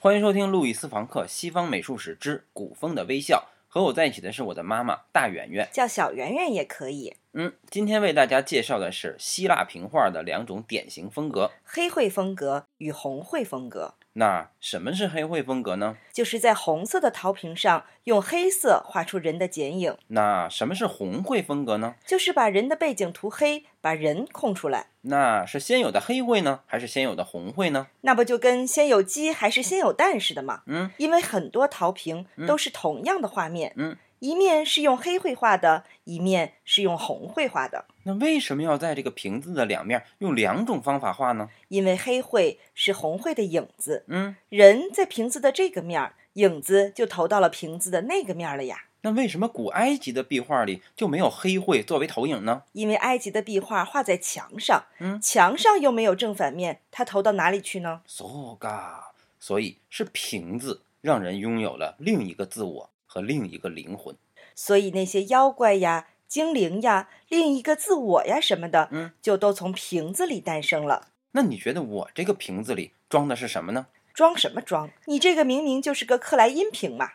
欢迎收听路易斯·房克《西方美术史之古风的微笑》。和我在一起的是我的妈妈大圆圆。叫小圆圆也可以。嗯，今天为大家介绍的是希腊平画的两种典型风格。黑绘风格与红绘风格，那什么是黑绘风格呢？就是在红色的陶瓶上用黑色画出人的剪影，那什么是红绘风格呢？就是把人的背景涂黑，把人空出来。那是先有的黑绘呢，还是先有的红绘呢？那不就跟先有鸡还是先有蛋似的吗？嗯，因为很多陶瓶都是同样的画面，嗯，一面是用黑绘画的，一面是用红绘画的，那为什么要在这个瓶子的两面用两种方法画呢？因为黑绘是红绘的影子，嗯，人在瓶子的这个面儿，影子就投到了瓶子的那个面儿了呀。那为什么古埃及的壁画里就没有黑绘作为投影呢？因为埃及的壁画画在墙上，嗯墙上又没有正反面，它投到哪里去呢？ so ga，所以是瓶子让人拥有了另一个自我和另一个灵魂。所以那些妖怪呀、精灵呀、另一个自我呀什么的，嗯就都从瓶子里诞生了。那你觉得我这个瓶子里装的是什么呢？装什么装？你这个明明就是个克莱因瓶嘛！